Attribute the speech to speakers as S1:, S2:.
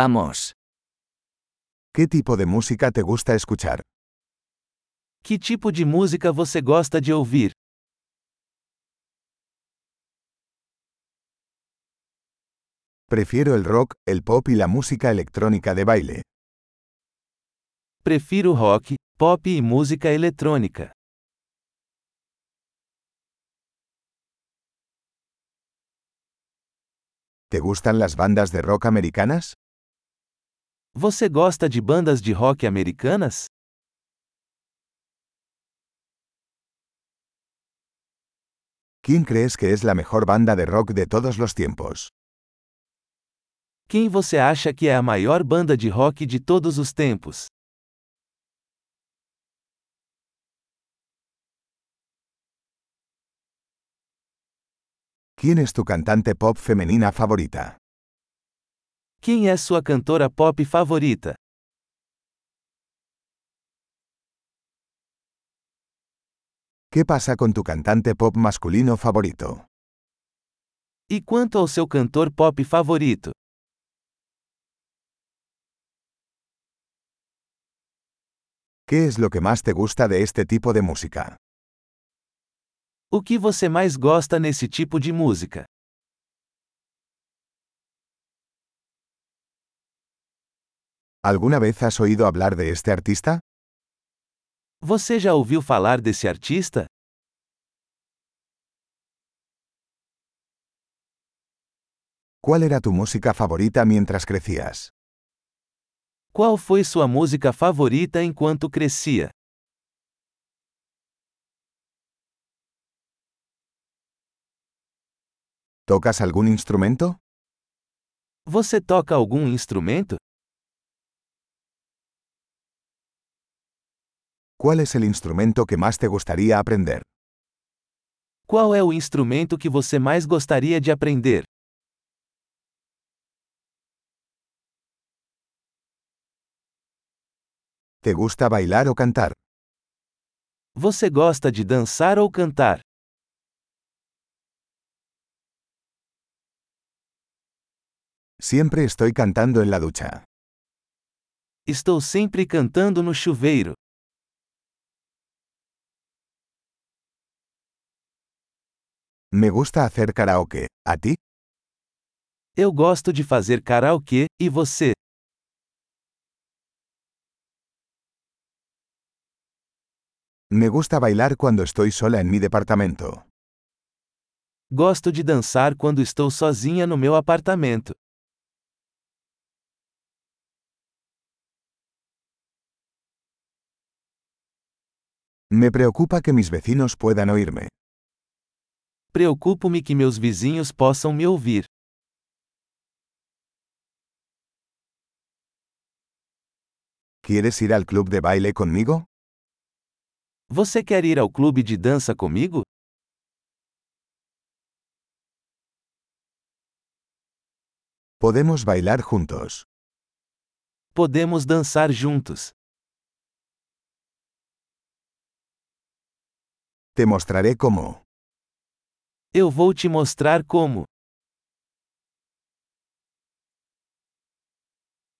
S1: Vamos.
S2: ¿Qué tipo de música te gusta escuchar?
S3: Que tipo de música você gosta de ouvir?
S2: Prefiero el rock, el pop y la música electrónica de baile.
S3: Prefiro rock, pop e música eletrônica.
S2: ¿Te gustan las bandas de rock americanas?
S3: Você gosta de bandas de rock americanas?
S2: ¿Quién crees que es la mejor banda de rock de todos los tiempos?
S3: Quem você acha que é a maior banda de rock de todos os tempos?
S2: ¿Quién es tu cantante pop femenina favorita?
S3: Quem é sua cantora pop favorita?
S2: ¿Qué pasa con tu cantante pop masculino favorito?
S3: E quanto ao seu cantor pop favorito?
S2: ¿Qué es lo que más te gusta de este tipo de música?
S3: O que você mais gosta nesse tipo de música?
S2: ¿Alguna vez has oído hablar de este artista?
S3: Você já ouviu falar desse artista?
S2: ¿Cuál era tu música favorita mientras crecías?
S3: Qual foi sua música favorita enquanto crescia?
S2: ¿Tocas algún instrumento?
S3: Você toca algum instrumento?
S2: ¿Cuál es el instrumento que más te gustaría aprender?
S3: Qual é o instrumento que você mais gostaria de aprender?
S2: ¿Te gusta bailar o cantar?
S3: Você gosta de dançar ou cantar?
S2: Siempre estoy cantando en la ducha.
S3: Estou sempre cantando no chuveiro.
S2: Me gusta hacer karaoke. ¿A ti?
S3: Eu gosto de fazer karaokê, e você?
S2: Me gusta bailar cuando estoy sola en mi departamento.
S3: Gosto de dançar quando estou sozinha no meu apartamento.
S2: Me preocupa que mis vecinos puedan oírme.
S3: Preocupo-me que meus vizinhos possam me ouvir.
S2: ¿Quieres ir al club de baile conmigo?
S3: Você quer ir ao clube de dança comigo?
S2: Podemos bailar juntos.
S3: Podemos dançar juntos.
S2: Te mostraré cómo.
S3: Eu vou te mostrar como.